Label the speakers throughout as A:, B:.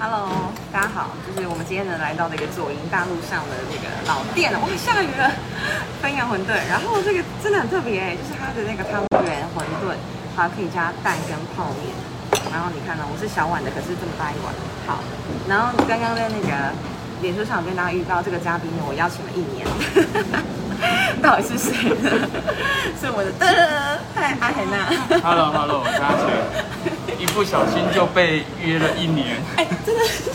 A: Hello，大家好，就是我们今天呢来到这个左营大路上的这个老店了，哇，下雨了，分羊馄饨，然后这个真的很特别，就是它的那个汤圆馄饨，还可以加蛋跟泡面，然后你看呢，我是小碗的，可是这么大一碗，好，然后刚刚在那个脸书上有跟大家预告这个嘉宾呢，我邀请了一年，到底是谁呢？是我的的嗨阿海娜。
B: Hello Hello，我是阿全，一不小心就被约了一年。
A: 哎，真的 是，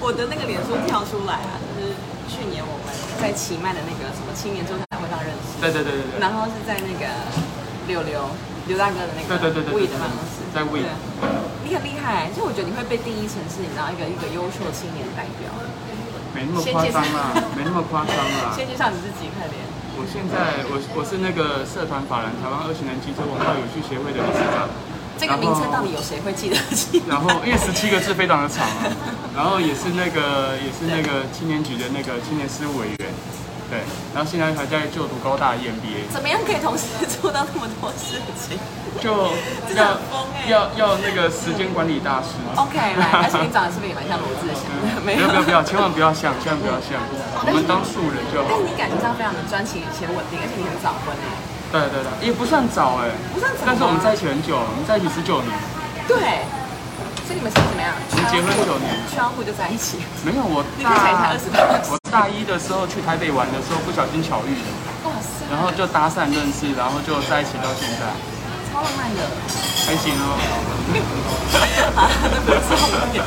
A: 我的那个脸书跳出来啊，就是去年我们在奇迈的那个什么青年座谈会上认识，
B: 对对对对对，
A: 然后是在那个柳柳刘大哥的那个
B: 对对对对对
A: We 的办公室，
B: 在 We
A: 对你很厉害，就我觉得你会被定义成是你知道一个一个优秀青年代表。
B: 没那么夸张啦，没那么夸张啦。
A: 先介绍你自己，快点。
B: 我现在我我是那个社团法人台湾二十年机车文化有序协会的理事长，
A: 这个名称到底有谁会记得起？
B: 然后因为十七个字非常的长啊， 然后也是那个也是那个青年局的那个青年事务委员，对，然后现在还在就读高大 EMBA，
A: 怎么样可以同时做到那么多事情
B: 就
A: 这个
B: 要
A: 很疯欸
B: 要要那个时间管理大师。
A: ？OK，来，而且你长得是不是也蛮像罗志祥 的？
B: 不要不要不要，千万不要像，千万不要像，我们当素人就
A: 但
B: 好
A: 是。你感觉上非常的专情且稳定，而且你很早婚哎，
B: 对对对，也不算早哎、
A: 不算早啊
B: 但是我们在一起很久，我们在一起十九年，
A: 对，所以你们是怎么样？
B: 我们结婚九年。
A: 相互就在一起，
B: 没有我
A: 你看起来才二
B: 大
A: 十八
B: 我大一的时候去台北玩的时候不小心巧遇的，
A: 哇塞，
B: 然后就搭讪认识，然后就在一起到现在，
A: 超浪漫的。
B: 还行哦。
A: 啊，那不是重点。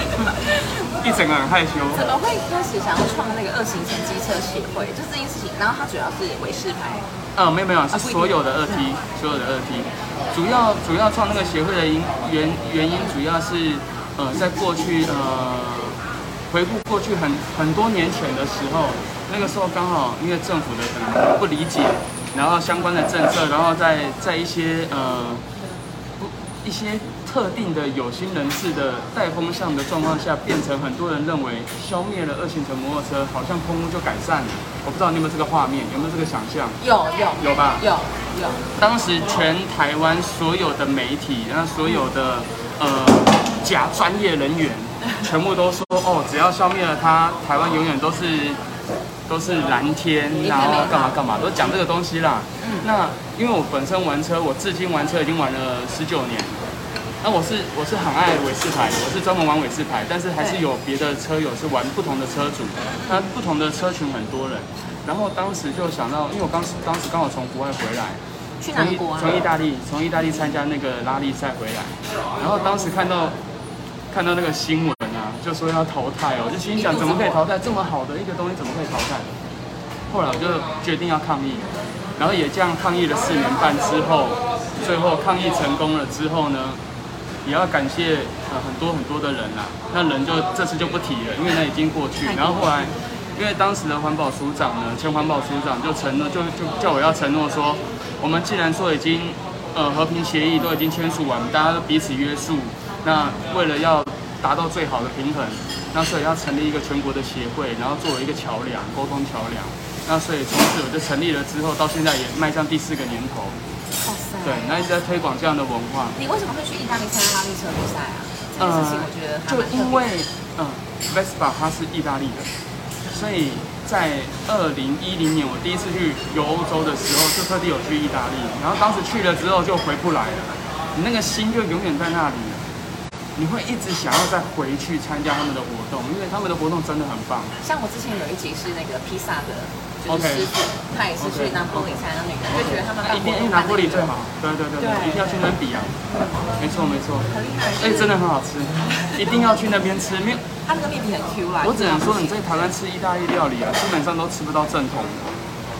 B: 一整个很害羞，
A: 怎么会开始想要创那个二行程机车协会？就这件事情，然后它主要是韦氏牌，
B: 呃，没有没有，是
A: 啊不一定啊
B: 所有的二梯，所有的二梯，主要主要创那个协会的因原原因主要是呃，在过去呃回顾过去很很多年前的时候，那个时候刚好因为政府的可能不理解，然后相关的政策，然后在在一些呃不一些特定的有心人士的带风向的状况下，变成很多人认为消灭了二行程摩托车，好像空污就改善了。我不知道你有没有这个画面，有没有这个想象？
A: 有有
B: 有吧？
A: 有有，
B: 当时全台湾所有的媒体，然后所有的呃假专业人员，全部都说哦，只要消灭了它，台湾永远都是都是蓝天，然后干嘛干嘛，都讲这个东西啦。那因为我本身玩车，我至今玩车已经玩了十九年。那我是我是很爱韦氏牌的，我是专门玩韦氏牌，但是还是有别的车友是玩不同的车主，那不同的车群很多人。然后当时就想到，因为我刚当时刚好从国外回来，
A: 去哪
B: 从
A: 个
B: 意
A: 国啊？
B: 从意大利从意大利参加那个拉力赛回来，然后当时看到看到那个新闻啊，就说要淘汰哦，就心想怎么可以淘汰这么好的一个东西，怎么可以淘汰？后来我就决定要抗议，然后也这样抗议了四年半之后，最后抗议成功了之后呢，也要感谢呃很多很多的人啦、那人就这次就不提了，因为那已经过去。然后后来，因为当时的环保署长呢，前环保署长就承诺，就就叫我要承诺说，我们既然说已经呃和平协议都已经签署完，大家都彼此约束，那为了要达到最好的平衡，那所以要成立一个全国的协会，然后作为一个桥梁，沟通桥梁。那所以从此我就成立了之后，到现在也迈向第四个年头，
A: 哇塞，
B: 对，那一直在推广这样的文化。
A: 你为什么会去意大利参加拉力车比赛啊？这件事情我觉得还
B: 就
A: 蛮特别
B: 呃因为嗯、Vespa 它是意大利的，所以在二零一零年我第一次去游欧洲的时候，就特地有去意大利，然后当时去了之后就回不来了，你那个心就永远在那里了。你会一直想要再回去参加他们的活动，因为他们的活动真的很棒。
A: 像我之前有一集是那个披萨的，就是
B: OK
A: 师傅他也是去拿破里参加那个，就觉得他们办
B: 一定
A: 活动
B: 拿
A: 办得
B: 玻璃最好，对对对，
A: 对
B: 一定要去那边比啊！没错没错，
A: 很厉害，
B: 哎，真的很好吃，一定要去那边吃，没有
A: 他那个面皮很 Q 啦。
B: 我只能说，你在台湾吃意大利料理啊，基本上都吃不到正统的。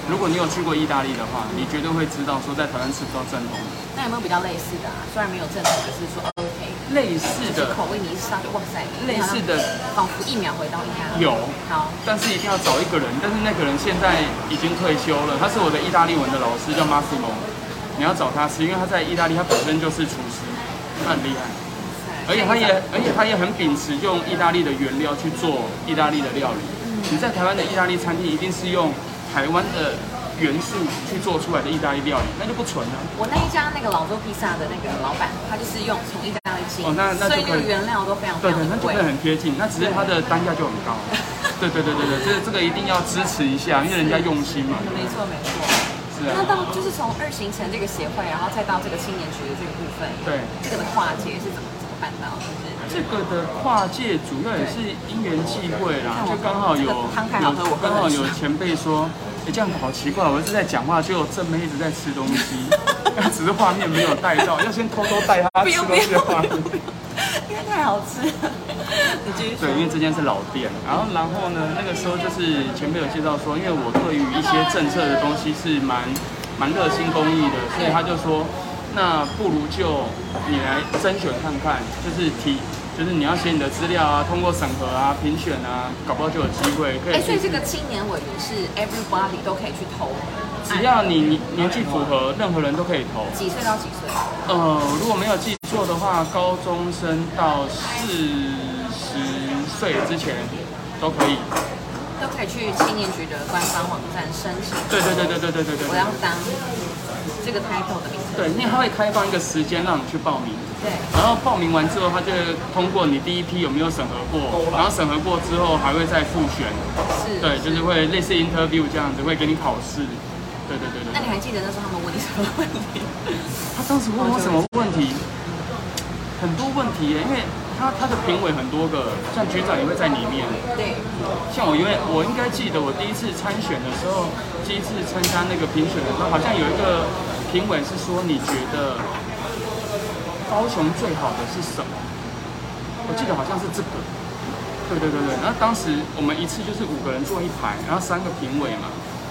B: 如果你有去过意大利的话，你绝对会知道说，在台湾吃不到正统的。
A: 那有没有比较类似的啊？虽然没有正统，可是说哦 OK，
B: 类似
A: 这
B: 的
A: 口味你一吃到就哇塞，
B: 类似的
A: 好像，仿佛一秒回到家。
B: 有，
A: 好，
B: 但是一定要找一个人，但是那个人现在已经退休了，他是我的意大利文的老师，叫 Massimo。你要找他吃，因为他在意大利，他本身就是厨师，他很厉害，而且他也而且他也很秉持用意大利的原料嗯去做意大利的料理。你在台湾的意大利餐厅一定是用台湾的元素去做出来的意大利料理，那就不纯啊了、
A: 我那一家那个老州披萨的那个老板，他就是用从意大利进，
B: 哦那那
A: 所
B: 就
A: 以那
B: 可
A: 个
B: 以
A: 原料都非常非
B: 对对
A: 常，
B: 那
A: 的
B: 就
A: 贵
B: 会。很贴近，那只是它的单价就很高。对对对对对，这这个一定要支持一下，因为人家用心嘛。对不
A: 没
B: 对
A: 错没错。
B: 是
A: 那
B: 啊，
A: 到就是从二行程这个协会，然后再到这个青年局的这个部分，
B: 对。
A: 这个的化解是怎么怎么办到？就是
B: 这个的跨界主要也是因缘际会啦，就刚好有
A: 这个汤太好喝我
B: 有
A: 喝
B: 刚好
A: 很
B: 有
A: 少
B: 前辈说，哎，这样好奇怪，我一直在讲话，结果正妹一直在吃东西，只是画面没有带到，要先偷偷带她
A: 不
B: 吃
A: 用不用
B: 东西的
A: 不
B: 画面
A: 用。不用，因为太好吃了。 你继续说
B: 对，。因为这间是老店，然后然后呢，那个时候就是前面有介绍说，因为我对于一些政策的东西是蛮蛮热心公益的，所以他就说，那不如就你来甄选看看，就是提，就是你要写你的资料啊，通过审核啊、评选啊，搞不好就有机会可以
A: 哎，所以
B: 去。
A: 这个青年委员是 everybody 都可以去投，
B: 只要你你年纪符合，任何人都可以投。
A: 几岁到几岁？
B: 呃，如果没有记错的话，高中生到四十岁之前都可以。
A: 都可以去青年局的官方网站申请。
B: 对对对对对对对对。
A: 我要当这个 title 的名字。
B: 对，因为它会开放一个时间让你去报名，
A: 对，
B: 然后报名完之后，它就会通过你第一批有没有审核过，然后审核过之后还会再复选，
A: 是。
B: 对，就是会类似 interview 这样子，会给你考试。对对对
A: 那
B: 对
A: 你
B: 对。
A: 还记得那时候他们问你什么问题？
B: 他当时问我哎什么问题？很多问题耶，因为他他的评委很多个，像局长也会在里面。
A: 对，
B: 像我因为我应该记得我第一次参选的时候，第一次参加那个评选的时候，好像有一个评委是说你觉得高雄最好的是什么？我记得好像是这个。对对对对，然后当时我们一次就是五个人坐一排，然后三个评委嘛。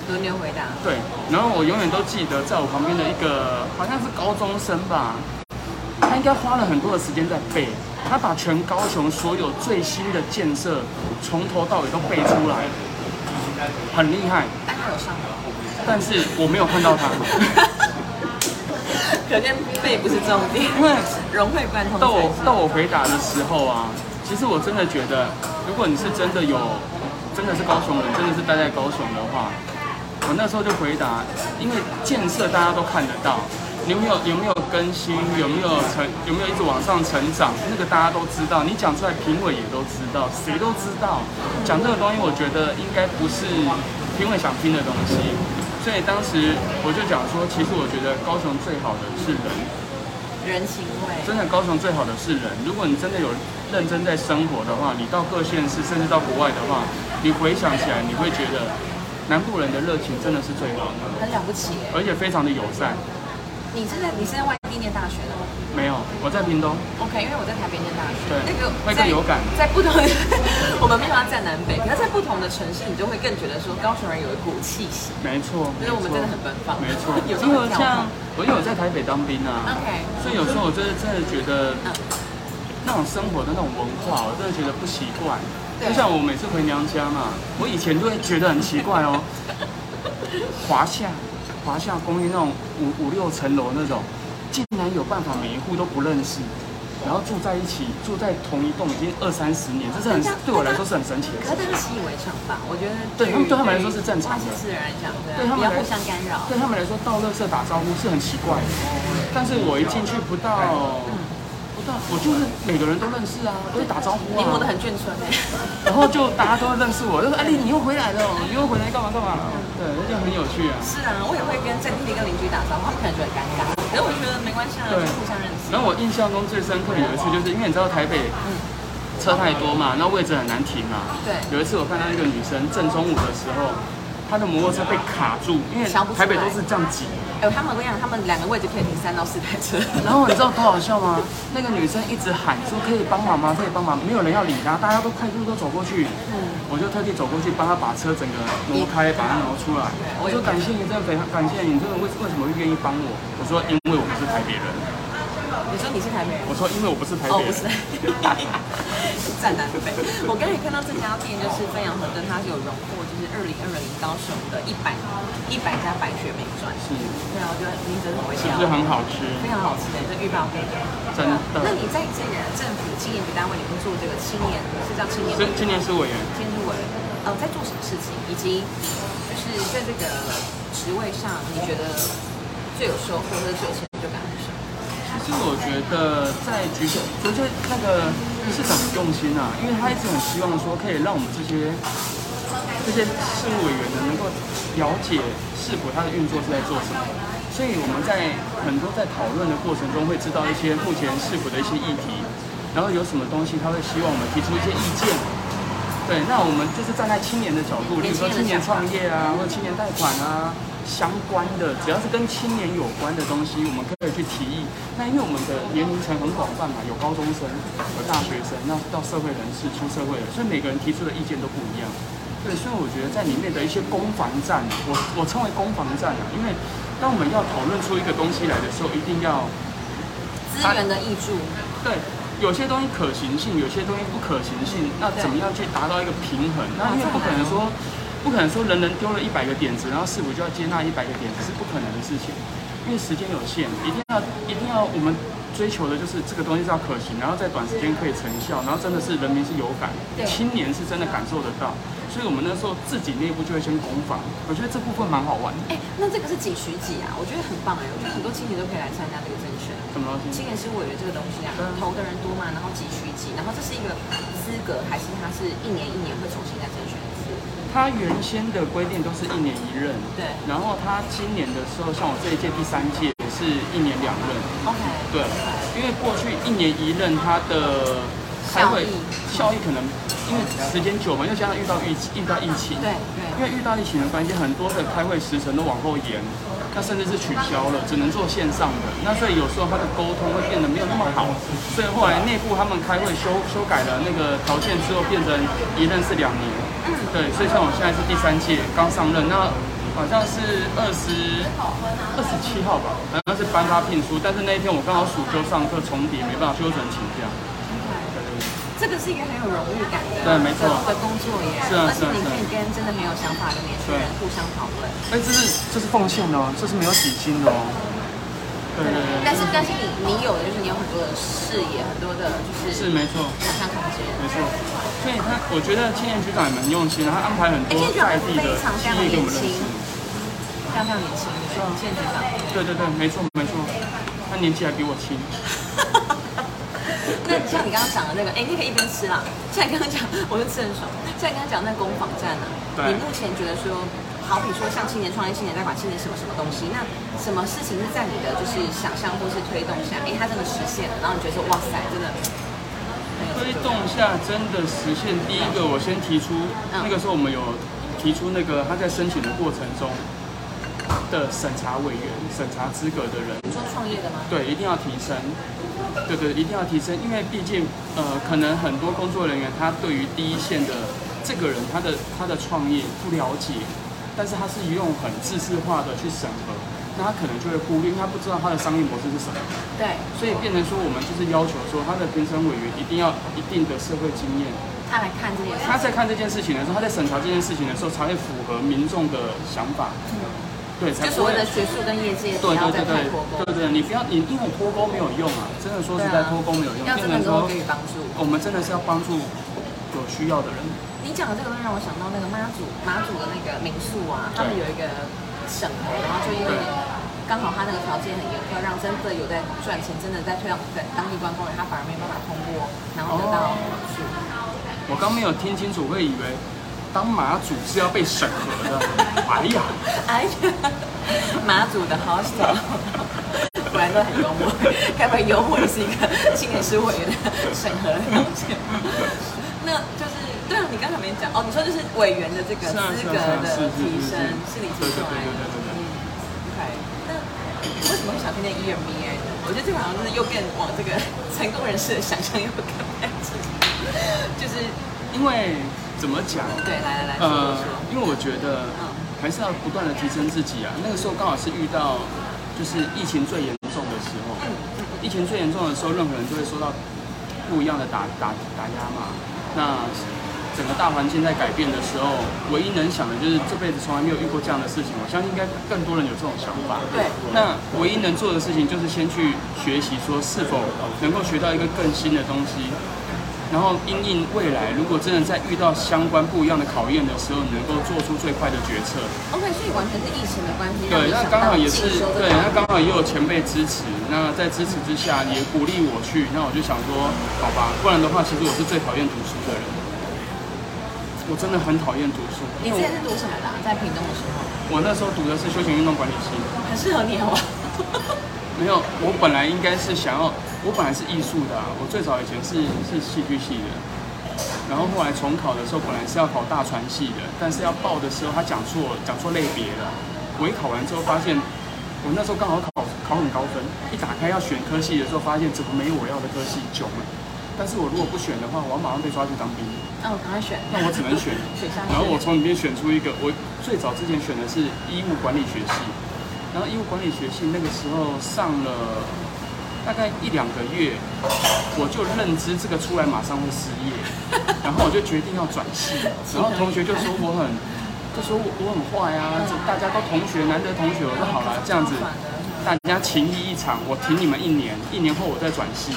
A: 轮流回答。
B: 对，然后我永远都记得在我旁边的一个好像是高中生吧，他应该花了很多的时间在背，他把全高雄所有最新的建设从头到尾都背出来了，很厉害。
A: 但他有上吗？
B: 但是我没有看到他，
A: 可见背不是重点，
B: 因为
A: 融会贯通才
B: 到我
A: 是。
B: 到我回答的时候啊，其实我真的觉得，如果你是真的有，真的是高雄人，真的是待在高雄的话，我那时候就回答，因为建设大家都看得到，你有没有有没有更新，有没有成有没有一直往上成长，那个大家都知道，你讲出来评委也都知道，谁都知道，讲这个东西我觉得应该不是评委想听的东西，所以当时我就讲说，其实我觉得高雄最好的是人。
A: 人情味。
B: 真的高雄最好的是人。如果你真的有认真在生活的话，你到各县市，甚至到国外的话，你回想起来，你会觉得南部人的热情真的是最好的，
A: 很了不起耶！
B: 而且非常的友善。
A: 你是在你是在外地念大学的吗
B: 没有，我在屏东，
A: ？OK，因为我在台北念大学，那
B: 对
A: 个
B: 会更
A: 在
B: 有感
A: 在不同的， 我们没有要站南北，可是在不同的城市，你就会更觉得说高雄人有一股气息，
B: 没错，
A: 就是我们
B: 没错
A: 真的很奔放，，
B: 没错
A: 有时
B: 因
A: 候
B: 为
A: 很跳
B: 像
A: 动。
B: 我因为我在台北当兵啊，
A: OK，
B: 所以有时候我真的真的觉得
A: 嗯
B: 那种生活的那种文化，我真的觉得不习惯。
A: 对
B: 就像我每次回娘家嘛，我以前都会觉得很奇 怪哦，华夏华夏公寓那种五五六层楼那种，竟然有办法每一户都不认识，然后住在一起，住在同一栋已经二三十年，这是很
A: 大家
B: 对我来说是很神奇的
A: 可
B: 事。
A: 是这是习以为常吧？我觉得
B: 对
A: 于
B: 对他们来说是正常的
A: 外县市人来讲，对啊
B: 对他们
A: 不要
B: 来
A: 互相干扰。
B: 对他们来说，到垃圾打招呼是很奇怪的，但是我一进去不到。
A: 嗯
B: 不到，我就是每个人都认识啊，都会打招呼啊。
A: 你活得很眷村哎，
B: 然后就大家都认识我，就说：“哎，你又回来了，你又回来干嘛干嘛了？”对，就很有趣啊。
A: 是啊，我也会跟在地里跟邻居打招呼，他们可能觉得尴尬，可是我觉得没关系啊，就
B: 对
A: 互相认识。
B: 然后我印象中最深刻的有一次，就是因为你知道台北车太多嘛，那位置很难停嘛。
A: 对，
B: 有一次我看到一个女生正中午的时候，她的摩托车被卡住，因为
A: 想不出来
B: 台北都是这样挤。
A: 哎，他们我跟你讲，他们两个位置可以停三到四台车。
B: 然后你知道多好笑吗？那个女生一直喊说：“可以帮忙吗？可以帮忙！”没有人要理她，大家都快速都走过去。
A: 嗯，
B: 我就特地走过去帮他把车整个挪开，把它挪出来。我说感谢你，真的非常感谢你，真的为为什么会愿意帮我？我说因为我不是台北人，
A: 你说你是台北人？
B: 我说因为我不是台
A: 哦，
B: 北
A: 不
B: 人
A: 是，，在南北。 我刚才看到这家店，就是飞扬馄饨，它有荣获就是二零二零高雄的一百一百家百学美专。
B: 是
A: 对啊，我觉得你真的很会
B: 是
A: 挑
B: 不是。很好吃？
A: 非常好吃的，这预报给你。
B: 真的
A: 那你在这个政府青年局单位，你们做这个青年是叫青年
B: 这今年是委员，
A: 监督委员，呃在做什么事情，以及就是在这个职位上，你觉得最有收获或者最有成就感是什么？
B: 其实我觉得在局长，我觉得那个市长很用心啊，因为他一直很希望说可以让我们这些这些事务委员呢能够了解市府它的运作是在做什么，所以我们在很多在讨论的过程中会知道一些目前市府的一些议题，然后有什么东西他会希望我们提出一些意见。对，那我们就是站在青年的角度，例如说青年创业啊，或者青年贷款啊，相关的，只要是跟青年有关的东西，我们可以去提议。那因为我们的年龄层很广泛嘛，有高中生，有大学生，那到社会人士、出社会了，所以每个人提出的意见都不一样。对，所以我觉得在里面的一些攻防战啊，我我称为攻防战啊，因为当我们要讨论出一个东西来的时候，一定要
A: 资源的益助，
B: 对，有些东西可行性，有些东西不可行性，那怎么样去达到一个平衡？那因为不可能说，不可能说人人丢了一百个点子，然后市府就要接纳一百个点子，是不可能的事情，因为时间有限，一定要一定要我们追求的就是这个东西是要可行，然后在短时间可以成效，然后真的是人民是有感，
A: 对
B: 青年是真的感受得到，所以我们那时候自己内部就会先攻防，我觉得这部分蛮好玩的，
A: 哎、那这个是几许几啊？我觉得很棒哎、我觉得很多青年都可以来参加这个甄选。
B: 怎么了？
A: 青年事务委员这个东西啊
B: 嗯，
A: 投的人多嘛，然后几取几，然后这是一个资格，还是它是一年一年会重新再甄选一次？
B: 他原先的规定都是一年一任。
A: 对
B: 然后他今年的时候，像我这一届第三届是一年两任，
A: ，OK，
B: 对，因为过去一年一任，它的开
A: 效
B: 会
A: 益
B: 效益可能因为时间久嘛，又加上遇到疫遇到疫情，
A: 对对，
B: 因为遇到疫情的关系，很多的开会时程都往后延，那甚至是取消了，只能做线上的。那所以有时候它的沟通会变得没有那么好，所以后来内部他们开会修修改了那个条件之后，变成一任是两年。对，所以像我现在是第三届，刚上任，那好像是二十二十七号吧，好像是颁发聘书，但是那一天我刚好暑休上课重叠，没办法休整请假。对对对
A: 这个是一个很有荣誉感的，
B: 对没错
A: 的工作耶，
B: 是啊
A: 而且
B: 是啊
A: 你
B: 是啊
A: 可以跟真的很有想法的年轻人
B: 对
A: 互相讨论。
B: 哎，这是这是奉献的哦，这是没有底薪的哦。对对对。
A: 但是但是你你有的就是你有很多的视野，很多的就是
B: 是没错，
A: 想象空间。
B: 没错。所以他，我觉得青年局长也蛮用心的，他安排很多在地的企业给我们认识。
A: 非常非常年轻，你说现在长。
B: 对对对，没错没错。他年纪还比我轻，
A: 那像你刚刚讲的那个，哎，你可以一边吃啦。像你刚刚讲，我就吃很爽。像你刚刚讲那攻防战呢、啊，
B: 对
A: 你目前觉得说，好比说像青年创业、青年贷款、青年什么什么东西，那什么事情是在你的就是想象或是推动下，哎，它真的实现了，然后你觉得说，哇塞，真的很有
B: 推动下真的实现。第一个，我先提出，那个时候我们有提出那个他在申请的过程中的审查委员、审查资格的人，
A: 你说创业的吗？
B: 对，一定要提升。对对，一定要提升，因为毕竟呃，可能很多工作人员他对于第一线的这个人他的他的创业不了解，但是他是用很自式化的去审核，那他可能就会忽略，因为他不知道他的商业模式是什么，
A: 对，
B: 所以变成说我们就是要求说他的评审委员一定要一定的社会经验，
A: 他来看这件事
B: 他在看这件事情的时候，他在审查这件事情的时候才会符合民众的想法，对，
A: 嗯
B: 才
A: 就
B: 不
A: 所
B: 会
A: 谓的学术跟业界不
B: 对
A: 要
B: 对
A: 再
B: 对
A: 太脱钩
B: 对，对对，你不要你因为脱钩没有用啊，真的说实在脱钩没有用，
A: 要真
B: 变
A: 的能
B: 成
A: 够
B: 说
A: 给予帮助。
B: 我们真的是要帮助有需要的人。
A: 你讲的这个东西让我想到那个妈祖妈祖的那个民宿啊，他们有一个审核，然后就因为
B: 对
A: 刚好他那个条件很严苛，让真的有在赚钱、真的在推广在当地观光的人，他反而没有办法通过，然后得到好处。
B: 我刚没有听清楚，会以为当马主是要被审核的。哎呀，
A: 哎呀，妈祖的 hostel，果然都很幽默，该不会幽默也是一个青年事务委员的审核的条件？那就是对啊，你刚才没讲哦，你说就是委员的这个
B: 是啊
A: 资
B: 是啊
A: 格
B: 是啊
A: 的
B: 是是是
A: 提
B: 是
A: 升，是你提出来的。嗯，OK。那你为什么会想参加 EMBA 呢？我觉得这个好像就是又更往这个成功人士的想象又更迈进，就是
B: 因为怎么讲？
A: 对，来来来，说
B: 呃
A: 说说，，
B: 因为我觉得
A: 嗯
B: 还是要不断的提升自己啊。那个时候刚好是遇到就是疫情最严重的时候，疫情最严重的时候，任何人都会受到不一样的打打打压嘛。那整个大环境在改变的时候，唯一能想的就是这辈子从来没有遇过这样的事情。我相信应该更多人有这种想法。
A: 对
B: 那唯一能做的事情就是先去学习，说是否能够学到一个更新的东西。然后因应未来，如果真的在遇到相关不一样的考验的时候，你能够做出最快的决策。
A: OK，所以完全是疫情的关系，让
B: 对，
A: 你
B: 那
A: 想
B: 刚
A: 到
B: 好也
A: 进
B: 是
A: 修这
B: 对，
A: 条
B: 那
A: 路
B: 刚好也有前辈支持，那在支持之下也鼓励我去，那我就想说，好吧，不然的话，其实我是最讨厌读书的人，我真的很讨厌读书，
A: 你
B: 因
A: 之
B: 为
A: 前是读什么的啊？在屏东的时候，
B: 我我那时候读的是休闲运动管理系，
A: 很适合 你哦。
B: 没有，我本来应该是想要，我本来是艺术的、啊，我最早以前是是戏剧系的，然后后来重考的时候本来是要考大传系的，但是要报的时候他讲错讲错类别了，我一考完之后发现，我那时候刚好考考很高分，一打开要选科系的时候发现怎么没有我要的科系，囧了。但是我如果不选的话，我要马上被抓去当兵，
A: 那我赶快选。
B: 那我只能选
A: 选上去。
B: 然后我从里面选出一个，我最早之前选的是医务管理学系，然后医务管理学系那个时候上了大概一两个月，我就认知这个出来马上会失业，然后我就决定要转系，然后同学就说我很，就说我我很坏啊，这大家都同学，难得同学，我说好啦，这样子。大家情谊一场，我挺你们一年，一年后我再转系。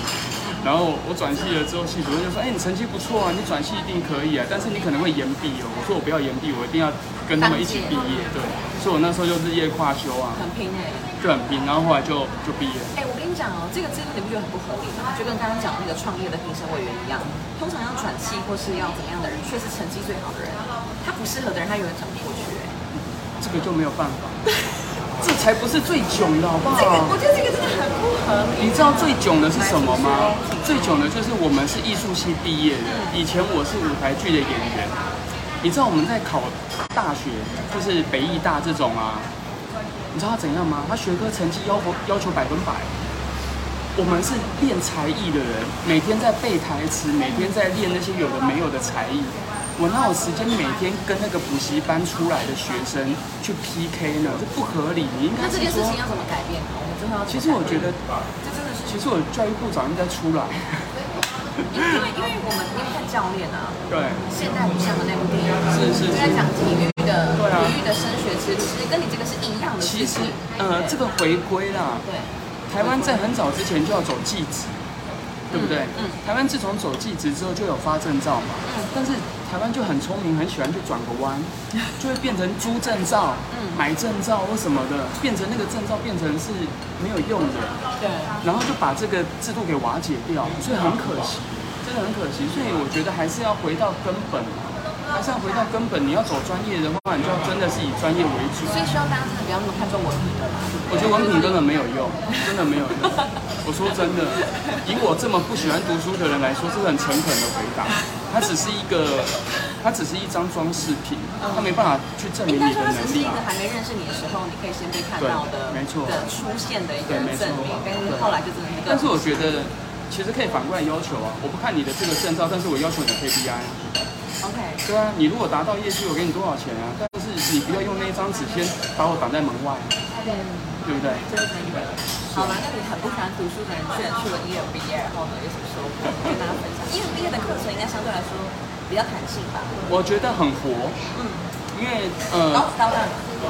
B: 然后我转系了之后，系主任就说：“哎、你成绩不错啊，你转系一定可以啊，但是你可能会延毕哦。”我说：“我不要延毕，我一定要跟他们一起毕业。”对，所以我那时候就日夜跨修啊，
A: 很拼哎、
B: 就很拼。然后后来就就毕业。
A: 哎、我跟你讲哦，这个制度你不觉得很不合理吗？就跟刚刚讲的那个创业的评审委员一样，通常要喘气或是要怎么样的人，却是成绩最好的人。他不适合的人，他永远转不过去、哎
B: 这个就没有办法，这才不是最囧的好不
A: 这个
B: 好
A: 我？觉得这个真的很不合理。
B: 你知道最囧的是什么吗？最囧的就是我们是艺术系毕业的，以前我是舞台剧的演员。你知道我们在考大学，就是北艺大这种啊，你知道他怎样吗？他学科成绩要求要求百分百。我们是练才艺的人，每天在背台词，每天在练那些有的没有的才艺。我哪有时间每天跟那个补习班出来的学生去 PK 呢？这不合理。你应该
A: 那这
B: 是
A: 件事
B: 说
A: 情，要怎么改变呢？我们最后要怎么
B: 其实我觉得
A: 改变这真的是
B: 其实我教育部长应该出来，
A: 因为因为因为我们你看教练啊，
B: 对，
A: 现代不像的那部电影，
B: 是是
A: 就在
B: 是。
A: 讲体育的
B: 对啊
A: 体育的升学制度，其实跟你这个是一样的
B: 其
A: 事情。，
B: 实呃，这个回归啦，
A: 对，
B: 台湾在很早之前就要走技职，对不对？
A: 嗯嗯
B: 台湾自从走技职之后就有发证照嘛，
A: 嗯
B: 但是台湾就很聪明，很喜欢去转个 弯，就会变成租证照、
A: 嗯
B: 买证照或什么的，变成那个证照变成是没有用的。
A: 对，
B: 然后就把这个制度给瓦解掉，所以很可惜，真的很可惜。所以我觉得还是要回到根本，还是要回到根本。你要走专业的话，你就要真的是以专业为主。
A: 所以希望大家真的不要那么看重文凭的啦。
B: 我觉得文凭根本没有用，真的没有用。我说真的，以我这么不喜欢读书的人来说，这是很诚恳的回答。它只是一个，它只是一张装饰品，它没办法去证明
A: 应该
B: 你的
A: 说，它
B: 能
A: 只是
B: 力
A: 一
B: 啊
A: 个。还没认识你的时候，你可以先被看到的，
B: 对没错
A: 的出现的一个
B: 对没错
A: 证明，但是
B: 对
A: 后来就真的是更
B: 但是我觉得，其实可以反过来要求啊。我不看你的这个证照，但是我要求你的 KPI 啊。
A: OK，
B: 对啊，你如果达到业绩，我给你多少钱啊？但是你不要用那一张纸先把我挡在门外，对不对？
A: 这是真的。好了，那你很不喜欢读书的人，居然去了 EMBA，然后呢有什么收获？可以跟大家分享。EMBA 的课程应该相对来说比较弹性吧？
B: 我觉得很活，
A: 嗯，
B: 因为呃
A: 高高档。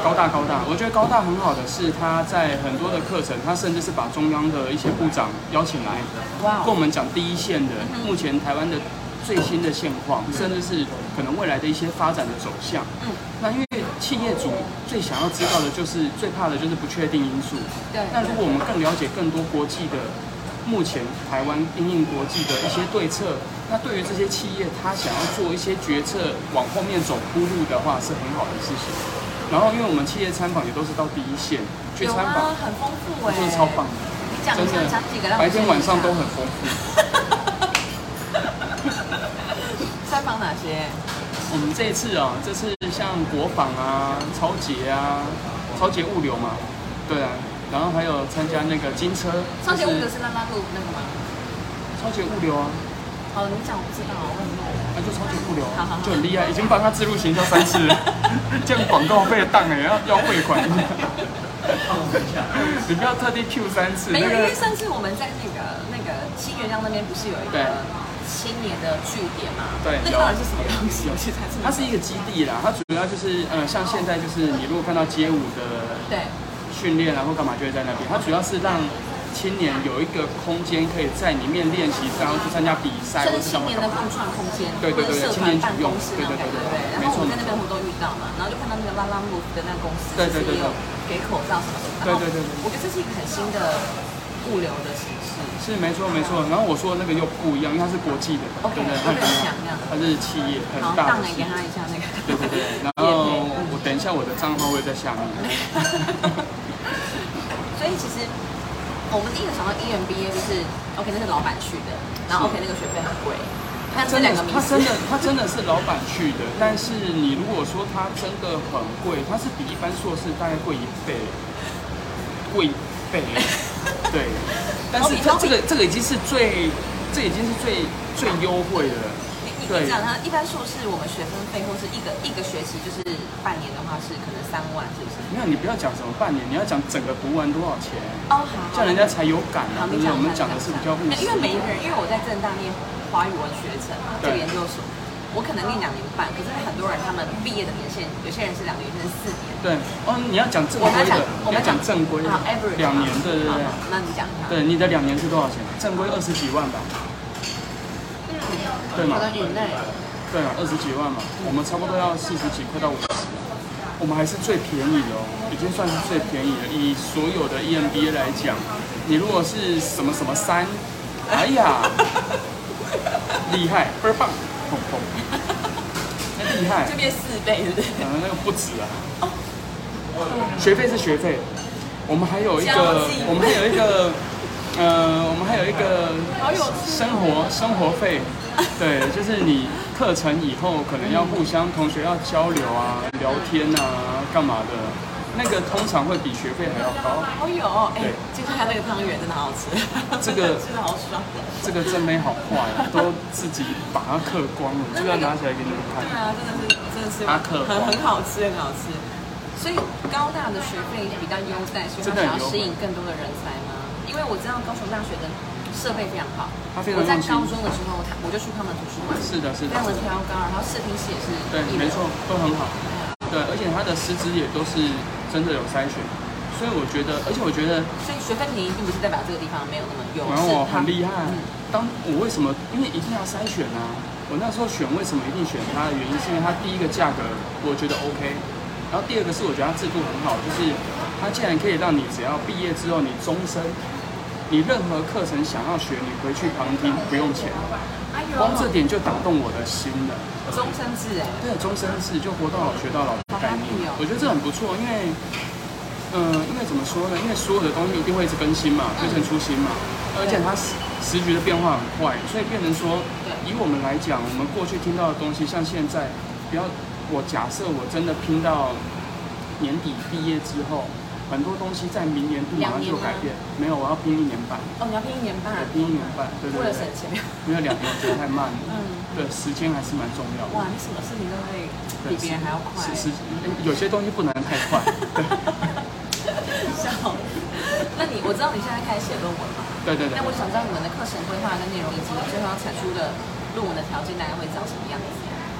B: 高大高大，我觉得高大很好的是他在很多的课程，他甚至是把中央的一些部长邀请来，
A: 哇
B: 跟我们讲第一线的目前台湾的最新的现况，甚至是可能未来的一些发展的走向。
A: 嗯，
B: 那因为企业主最想要知道的就是最怕的就是不确定因素。
A: 对
B: 那如果我们更了解更多国际的，目前台湾因应国际的一些对策，那对于这些企业，他想要做一些决策往后面走铺路的话，是很好的事情。然后，因为我们企业参访也都是到第一线去
A: 有
B: 参
A: 啊
B: 访，，
A: 很丰富哎、
B: 我觉得超棒的，
A: 你讲
B: 真
A: 一下，
B: 的
A: 讲几个让，我
B: 白天
A: 听一
B: 晚上
A: 下
B: 都很丰富。
A: 三访哪些？
B: 我们这一次啊，这次像国防啊、超捷啊、超捷物流嘛，对啊，然后还有参加那个金车，
A: 上节目的
B: 就是
A: 是拉拉路那个吗？
B: 超捷物流啊，
A: 哦，你讲我不知道，我很弱。
B: 那就超捷物流
A: 好好
B: 啊
A: 好，
B: 就很厉害，已经帮他自入行销 三次了，这样广告费当哎，要要汇款一下。你不要特地 Q 三次，
A: 没
B: 那
A: 有，因为
B: 个
A: 上次我们在那个那个新元江那边不是有一
B: 对
A: 个青年的据点嘛？
B: 对
A: 那
B: 有
A: 到底是什么东西？我现在
B: 它是一个基地啦，它主要就是呃，像现在就是你如果看到街舞的
A: 对
B: 训练啊或干嘛，就会在那边。它主要是让青年有一个空间可以在里面练习，然后去参加比赛
A: 这
B: 或
A: 是
B: 者
A: 青
B: 干嘛
A: 年
B: 干
A: 的
B: 嘛。
A: 共创空间，
B: 对
A: 或
B: 对对
A: 者社
B: 青
A: 团
B: 年
A: 办
B: 举
A: 公
B: 用
A: 室那种感觉，
B: 对对对对
A: 然后我
B: 没错
A: 们在那边活动遇到嘛，然后就看到那个拉拉 move 的那个公司，
B: 对对
A: 就是也
B: 对对
A: 有给口罩什么什么，
B: 对对对对
A: 然后我觉得这是一个很新的物流的形式。
B: 是没错没错，然后我说的那个又不一样，因为它是国际的，
A: OK，
B: 对不对？
A: 我跟你讲这样
B: 它是企业
A: 然后
B: 很大
A: 让
B: 的
A: 你
B: 企
A: 给
B: 业。
A: 他一下那个，
B: 对对对，然后我等一下我的账号会在下面。
A: 所以其实我们第一个想到 EMBA 就是 OK，那是老板去的，然后
B: 是
A: OK 那个学费很贵，但这
B: 真的
A: 两个，名
B: 他
A: 词
B: 真的，他真的是老板去的，但是你如果说他真的很贵，他是比一般硕士大概贵一倍，贵一 倍，对。但是这
A: 哦好比
B: 这个这个已经是最，这已经是最最优惠的了，
A: 你你
B: 对
A: 你讲他一般硕士我们学分费或是一个一个学期就是半年的话是可能三万，是不是？
B: 没有，你不要讲什么半年，你要讲整个读完多少钱，
A: 哦，好
B: 这样人家才有感
A: 好，
B: 啊。就
A: 你
B: 是
A: 讲
B: 我们讲的是比较务
A: 没有
B: 实
A: 因为每一
B: 的
A: 个。人，因为我在正大念华语文学程嘛，这个研
B: 对
A: 究所，我可能念两年半，可是很多人他们毕业的年限，有些人是两年，有些人是四年。
B: 对，哦，你要讲正
A: 我们
B: 规
A: 要讲
B: 的，，
A: 我们
B: 你要
A: 要讲
B: 讲正规的
A: 好 average，，
B: 两年，
A: 嘛
B: 对对
A: 好
B: 对
A: 好，那你讲它。
B: 对，你的两年是多少钱？正规二十几万吧，对吗
A: 可？能以内。
B: 对啊，二十几万嘛，我们差不多要四十几，快到五十了，我们还是最便宜的哦，已经算是最便宜了。以所有的 E EMBA 来讲，你如果是什么什么三，哎呀，厉害，倍儿棒，砰砰，那厉害
A: 这，边四倍，对不对？
B: 嗯，那个不止啊，学费是学费，我们还有一
A: 交
B: 个
A: 际，
B: 我们还有一个，呃，我们还有一个
A: 好有
B: 生活生活费，对，就是你课程以后可能要互相同学要交流啊、聊天啊、干嘛的，那个通常会比学费还要高。
A: 哦有哦，哎
B: 对，
A: 今天看那个汤圆真的好吃，
B: 这个
A: 吃的好爽。
B: 这个真没好坏啊，都自己把它刻光了，这个要拿起来给你们
A: 对
B: 看。
A: 啊，真的是真的是
B: 阿克
A: 很
B: 花
A: 很好吃，很好吃。所以高大的学费比较优待，所以他
B: 真的
A: 想要
B: 很优惠
A: 吸引更多的人才吗？因为我知道高雄大学的设备非常好，
B: 它非常
A: 我在
B: 用心
A: 高中的时候，他我就去他们图书馆，
B: 是的，
A: 非
B: 是的，
A: 常的
B: 是的
A: 挑高，然后视听系也是
B: 对，
A: 一流
B: 没错，都很好。对，而且它的师资也都是真的有筛选，所以我觉得，而且我觉得
A: 所以学费便宜并不是代表这个地方没有那么优，
B: 然
A: 是
B: 后我
A: 它
B: 很厉害
A: 嗯。
B: 当我为什么？因为一定要筛选啊。我那时候选为什么一定选它的原因，是因为它第一个价格我觉得 OK，然后第二个是我觉得它制度很好，就是它竟然可以让你只要毕业之后你终身，你任何课程想要学，你回去旁听不用钱，
A: 哎呦，
B: 光这点就打动我的心了。
A: 终身制哎，
B: 对，终身制就活到老学到老的概念
A: 好 happy 哦，
B: 我觉得这很不错，因为，嗯、因为怎么说呢？因为所有的东西一定会一直更新
A: 嗯
B: 嘛，推陈出新嘛，而且它时时局的变化很快，所以变成说，以我们来讲，我们过去听到的东西，像现在，不要我假设我真的拼到年底毕业之后，很多东西在明年度马上就改变，没有，我要拼一年半，
A: 哦，你要拼一年半
B: 我，拼一年半，对对
A: 为了省
B: 对，
A: 钱。
B: 因为两年我觉得太慢了，
A: 嗯，
B: 对，时间还是蛮重要的。
A: 哇，你什么事情都会比别人还要快，
B: 是是，有些东西不能太快。
A: 笑。那你我知道你现在开始写论文嘛？
B: 对对对
A: 那我想知道你们的课程规划跟内容，以及你最后要产出的论文的条件大概会长什么样子，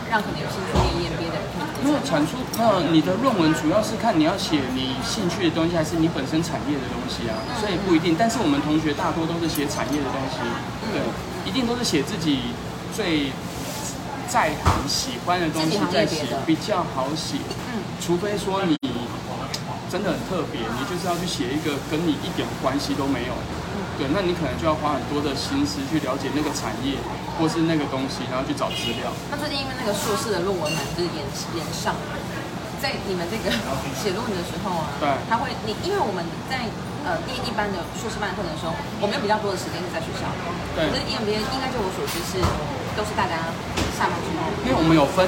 A: 让可能有兴趣念 EMBA 的人可以
B: 没有产出，那你的论文主要是看你要写你兴趣的东西，还是你本身产业的东西啊，所以不一定。但是我们同学大多都是写产业的东西，对，一定都是写自己最在行、喜欢的东
A: 自己
B: 西
A: 行业
B: 在
A: 别
B: 写
A: 的，
B: 比较好写。
A: 嗯，
B: 除非说你真的很特别，你就是要去写一个跟你一点关系都没有的，对，那你可能就要花很多的心思去了解那个产业或是那个东西，然后去找资料。
A: 那最近因为那个硕士的论文难就是延延上了，在你们这个写论文的时候啊，
B: 对
A: 他会你因为我们在呃念一般的硕士班的课程的时候，我们有比较多的时间是在学校，
B: 对
A: 可是 EMBA 应该就我所知是都是大家下班之后，
B: 因为我们有分，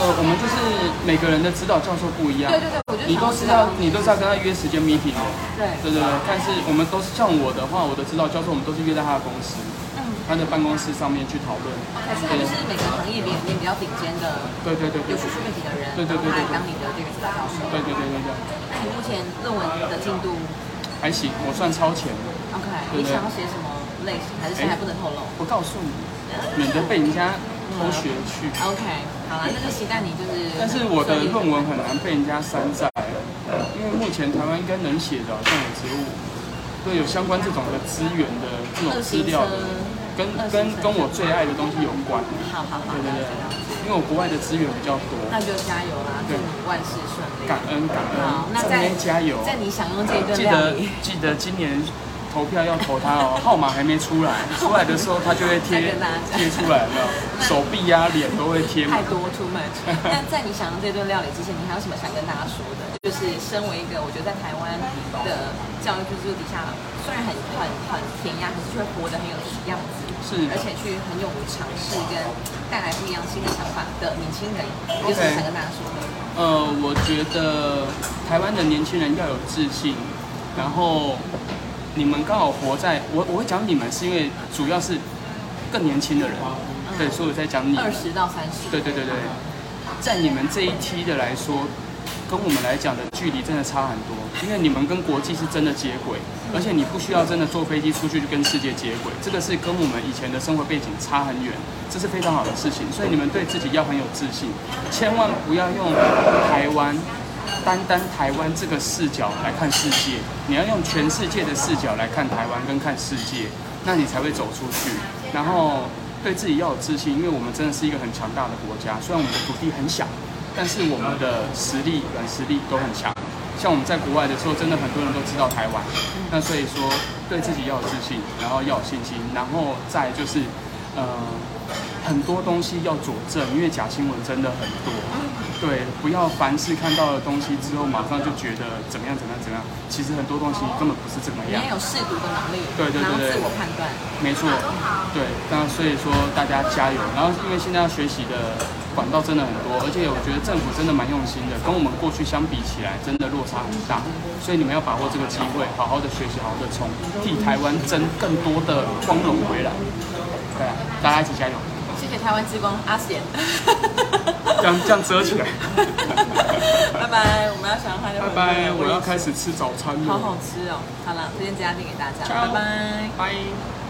B: 呃，我们就是每个人的指导教授不一样，
A: 对对对，我就
B: 你
A: 想
B: 都
A: 要
B: 是
A: 知
B: 要
A: 道
B: 你都是要跟他约时间 meeting 的，
A: 对，
B: 对对对。但是我们都是像我的话，我的指导教授我们都是约在他的公司，
A: 嗯
B: 他的办公室上面去讨论。
A: ，OK，所以他就是每个行业里面比较顶尖的
B: 对对对
A: 有
B: 对
A: 学术背景的人，
B: 对对对对
A: 然后他来当你的这个指导教授。
B: 对对对对对，
A: 那你目前论文的进度
B: 还行，我算超前了。
A: ，OK？你
B: 对对
A: 想要写什么类型，还是现在还不能透露？
B: 我告诉你，免得被人家偷学去。
A: OK，好了，那就期待你就是。
B: 但是我的论文很难被人家山寨，因为目前台湾应该能写的好像也只有我，对有相关这种的资源的这种资料的，跟
A: 二行程
B: 跟跟我最爱的东西有关。
A: 好好好，
B: 对
A: 了解
B: 对对
A: 了解，，
B: 因为我国外的资源比较多，
A: 那就加油啦，祝你万事顺利。
B: 感恩感
A: 好，
B: 恩，
A: 那
B: 在那
A: 在
B: 边加油。
A: 在你享用这一顿
B: 记
A: 料
B: 得
A: 理，
B: 记得今年投票要投他哦，号码还没出来，出来的时候他就会
A: 再
B: 贴
A: 跟大家
B: 贴出来，有没有？手臂呀、脸都会贴满
A: 太。多 too much。那在你享用这顿料理之前，你还有什么想跟大家说的？就是身为一个我觉得在台湾的教育制度底下，虽然很很很填鸭，可是却活得很有样子。
B: 是
A: 而且去很勇于尝试跟带来不一样新的想法的年轻人，有什么想跟大家说的？
B: 呃，我觉得台湾的年轻人要有自信，然后你们刚好活在我我会讲你们是因为主要是更年轻的人，对，所以我在讲你们
A: 嗯二。十到三十，
B: 对对对对，在你们这一梯的来说，跟我们来讲的距离真的差很多，因为你们跟国际是真的接轨，而且你不需要真的坐飞机出去就跟世界接轨，这个是跟我们以前的生活背景差很远，这是非常好的事情，所以你们对自己要很有自信，千万不要用台湾。单单台湾这个视角来看世界，你要用全世界的视角来看台湾跟看世界，那你才会走出去。然后对自己要有自信，因为我们真的是一个很强大的国家，虽然我们的土地很小，但是我们的实力、软实力都很强。像我们在国外的时候，真的很多人都知道台湾，那所以说对自己要有自信，然后要有信心，然后再就是，呃，很多东西要佐证，因为假新闻真的很多。对，不要凡是看到的东西之后，马上就觉得怎么样怎么样怎么样，其实很多东西根本不是这么
A: 你
B: 样
A: 要。有试读的能力，
B: 对对对对
A: 然后自我判断，
B: 没错，对，那所以说大家加油。然后因为现在要学习的管道真的很多，而且我觉得政府真的蛮用心的，跟我们过去相比起来，真的落差很大。所以你们要把握这个机会，好好的学习，好好的冲，替台湾争更多的光荣回来。对啊，大家一起加油，
A: 谢谢台湾之光阿 贤，
B: 这样这样遮起来。
A: 拜拜，我们要想要他就
B: 拜
A: 回
B: 拜，
A: 归
B: 我要开始吃早餐了。
A: 好好吃哦。好了，推荐这家店给大家，
B: Ciao
A: 拜拜。
B: 拜。